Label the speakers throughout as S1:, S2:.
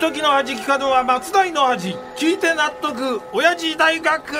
S1: 時の恥聞かぬは松代の恥聞いて納得親父大学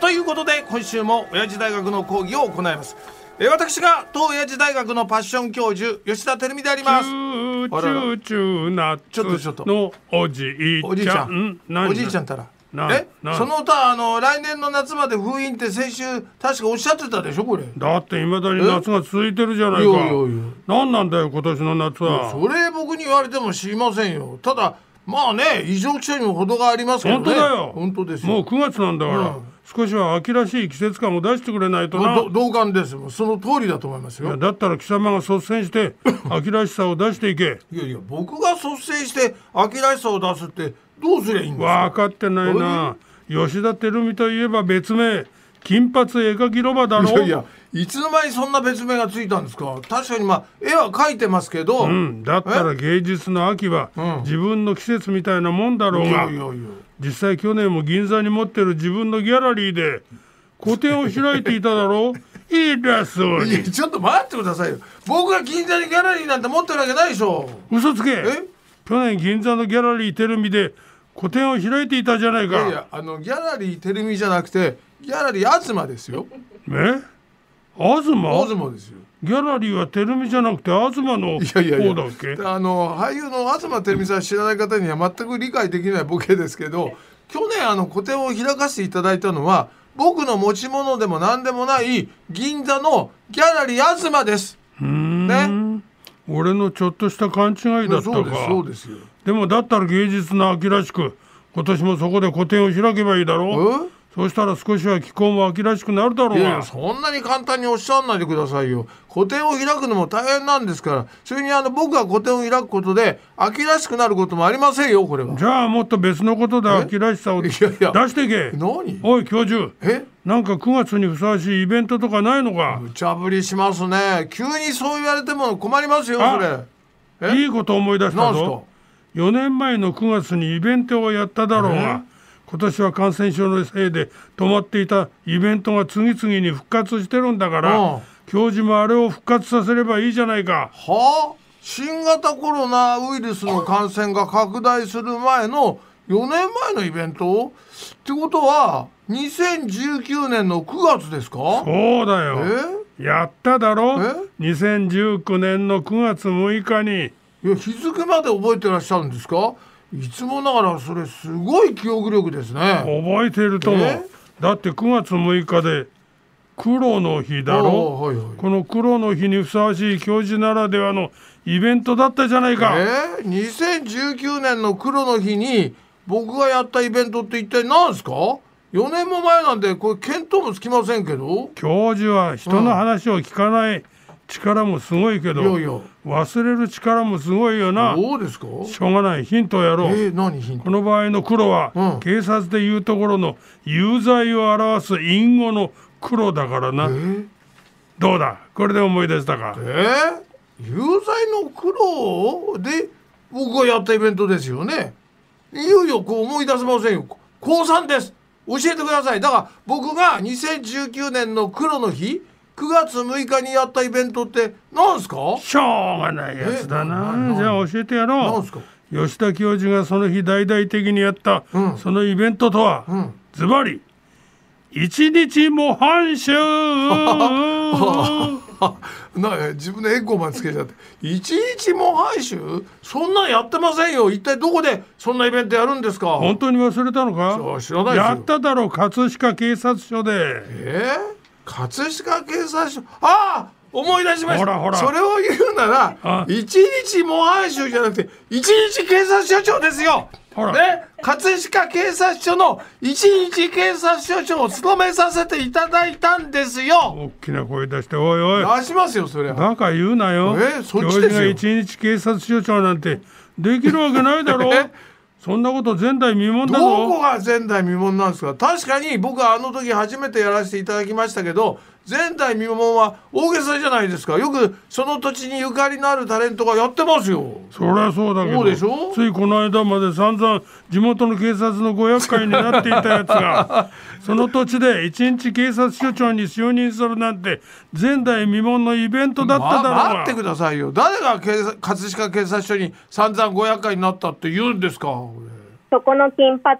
S1: ということで今週も親父大学の講義を行いますえー私が当親父大学のパッション教授吉田照美であります
S2: チュ
S1: あらら
S2: ーチューナッ
S1: ちょっとちょっと
S2: ツのおじいちゃん
S1: おじいちゃん
S2: 何
S1: おじいちゃんたら
S2: な
S1: え
S2: な
S1: その歌あの来年の夏まで封印って先週確かおっしゃってたでしょこれ
S2: だっていまだに夏が続いてるじゃないか
S1: いやいやいや
S2: 何なんだよ今年の夏は
S1: それ僕に言われても知りませんよただまあね異常気象にも程がありますけどね
S2: 本当だよ
S1: 本当ですよ
S2: もう9月なんだから、
S1: うん
S2: 少しは秋らしい季節感を出してくれないとな
S1: ど同感ですもうその通りだと思います
S2: いや
S1: よ
S2: だったら貴様が率先して 秋らしさを出していけ
S1: いやいや僕が率先して秋らしさを出すってどうすりゃいいんですか
S2: 分かってないな吉田照美といえば別名金髪絵描きロバだろ
S1: いやいやいつの間にそんな別名がついたんですか確かにまあ絵は描いてますけど、
S2: うん、だったら芸術の秋は
S1: うん
S2: 自分の季節みたいなもんだろう
S1: い
S2: が、
S1: やいやいや
S2: 実際去年も銀座に持ってる自分のギャラリーで個展を開いていただろ う偉そう
S1: いや
S2: に
S1: ちょっと待ってくださいよ僕が銀座にギャラリーなんて持ってるわけないでしょ
S2: 嘘つけ
S1: え
S2: 去年銀座のギャラリーテルミで個展を開いていたじゃない
S1: いやい
S2: か
S1: やあのギャラリーてるみじゃなくてギャラリー東ですよ
S2: え東
S1: 東ですよ
S2: ギャラリーはテルミじゃなくて東の
S1: いやいやいや
S2: 方だっけ
S1: あの俳優の東照美さん知らない方には全く理解できないボケですけど去年あの個展を開かせていただいたのは僕の持ち物でも何でもない銀座のギャラリー東です。
S2: うーん俺のちょっとした勘違いだったか
S1: そうですそうですよ。
S2: でもだったら芸術の秋らしく今年もそこで個展を開けばいいだろう
S1: え
S2: そうしたら少しは気候も秋らしくなるだろう
S1: い
S2: が
S1: やいやそんなに簡単におっしゃらないでくださいよ個展を開くのも大変なんですからそれにあの僕が個展を開くことで秋らしくなることもありませんよこれは
S2: じゃあもっと別のことで秋らしさを
S1: い
S2: 出
S1: やいや
S2: していけ
S1: 何
S2: おい教授
S1: え
S2: なんか9月にふさわしいイベントとかないのか
S1: 無茶ぶりしますね急にそう言われても困りますよ
S2: あ
S1: それえ
S2: いいこと思い出し
S1: な
S2: た
S1: んす
S2: ぞ
S1: か
S2: 4年前の9月にイベントをやっただろうが今年は感染症のせいで止まっていたイベントが次々に復活してるんだか
S1: うん
S2: ら教授もあれを復活させればいいじゃないか
S1: はあ新型コロナウイルスの感染が拡大する前の4年前のイベントってことは2019年の9月ですか
S2: そうだよやっただろ
S1: え
S2: 2019年の9月6日に
S1: いや日付まで覚えてらっしゃるんですかいつもながらそれすごい記憶力ですね
S2: 覚えてるとも
S1: え
S2: だって9月6日で黒の日だ
S1: お
S2: ろ
S1: うはいはい
S2: この黒の日にふさわしい教授ならではのイベントだったじゃないか
S1: えー、2019年の黒の日に僕がやったイベントって一体何ですか4年も前なんでこれ見当もつきませんけど
S2: 教授は人の話を聞かない力もすごいけど
S1: いやいや
S2: 忘れる力もすごいよな
S1: どうですか
S2: しょうがないヒントをやろう
S1: えー、何ヒント
S2: この場合の黒は、
S1: うん
S2: 警察でいうところの有罪を表す隠語の黒だからな、
S1: えー、
S2: どうだこれで思い出したか
S1: えー、有罪の苦労で僕がやったイベントですよねいよいよこう思い出せませんよ高3です教えてくださいだから僕が2019年の黒の日9月6日にやったイベントって何ですか
S2: しょうがないやつだ
S1: えな
S2: な
S1: な
S2: じゃあ教えてや
S1: な
S2: ろ
S1: んすか
S2: う吉田教授がその日大々的にやった、
S1: うん
S2: そのイベントとは、
S1: うん
S2: ズバリ一日模範 集
S1: なえ自分でエコーまでつけちゃって一日模範集そんなんやってませんよ一体どこでそんなイベントやるんですか
S2: 本当に忘れたの
S1: そう
S2: か
S1: 知らないですよ
S2: やっただろう葛飾警察署で
S1: えー、葛飾警察署ああ思い出しました
S2: ほらほら
S1: それを言うなら
S2: あ
S1: 一日模範集じゃなくて一日警察署長ですよ
S2: ほら
S1: ね、葛飾警察署の一日警察署長を務めさせていただいたんですよ
S2: 大きな声出しておいおい
S1: 出しますよそれは
S2: バカ言うなよ。
S1: えそっち
S2: 教授
S1: です
S2: が
S1: よ
S2: 一日警察署長なんてできるわけないだ ろ
S1: え。
S2: そんなこと前代未聞だ
S1: どこ
S2: ぞ。
S1: が前代未聞なんですか確かに僕はあの時初めてやらせていただきましたけど前代未聞は大げさじゃないですかよくその土地にゆかりのあるタレントがやってますよ
S2: そりゃそうだけど
S1: そうでしょ
S2: ついこの間まで散々地元の警察のご厄介になっていたや つがその土地で一日警察署長に就任するなんて前代未聞のイベントだっただろうが、
S1: ま、待ってくださいよ誰が警察葛飾警察署に散々ご厄介になったって言うんですかこ
S3: そこの金髪、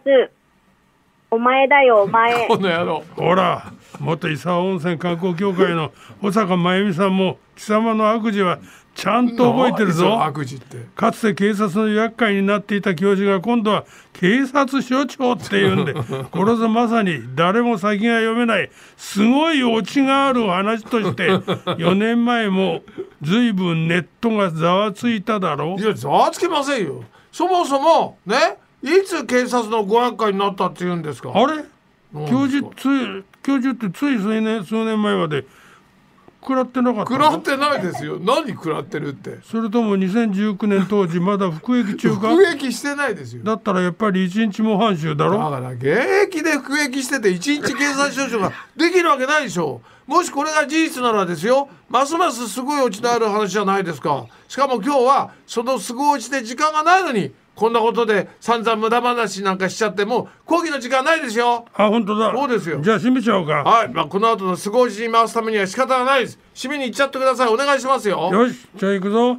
S3: お前だよ、お
S1: れ
S3: 前
S1: こ。の野郎
S2: ほら元伊佐温泉観光協会の小坂真由美さんも貴様の悪事はちゃんと覚えてる
S1: そう
S2: ぞ
S1: 悪事って
S2: かつて警察の厄介になっていた教授が今度は警察署長っていうん でこれぞまさに誰も先が読めないすごいオチがある話として4年前も随分ネットがざわついただろ
S1: いやざわつきませんよそもそもねいつ警察のご厄介になったって言うんですか
S2: あれ
S1: なんですか
S2: 教授つい教授ってつい数年数年前まで食らってなかった
S1: 食
S2: の
S1: らってないですよ何食らってるって
S2: それとも2019年当時まだ服役中か
S1: 服役してないですよ
S2: だったらやっぱり一日模範囚だ
S1: だ
S2: ろ
S1: から現役で服役してて一日警察署長ができるわけないでしょもしこれが事実ならですよますますすごいオチのある話じゃないですかしかも今日はそのすごいオチで時間がないのにこんなことで散々無駄話なんかしちゃってもう講義の時間ないですよ
S2: あ本当だ
S1: そうですよ
S2: じゃあ閉めちゃおうか
S1: はい、まあ、この後のすごいオチに回すためには仕方がないです締めに行っちゃってくださいお願いしますよ
S2: よしじゃあ行くぞ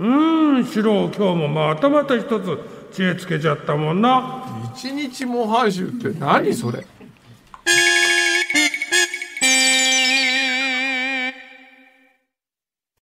S2: うーん四郎今日もまたまた一つ知恵つけちゃったもんな
S1: 一日模範囚って何それ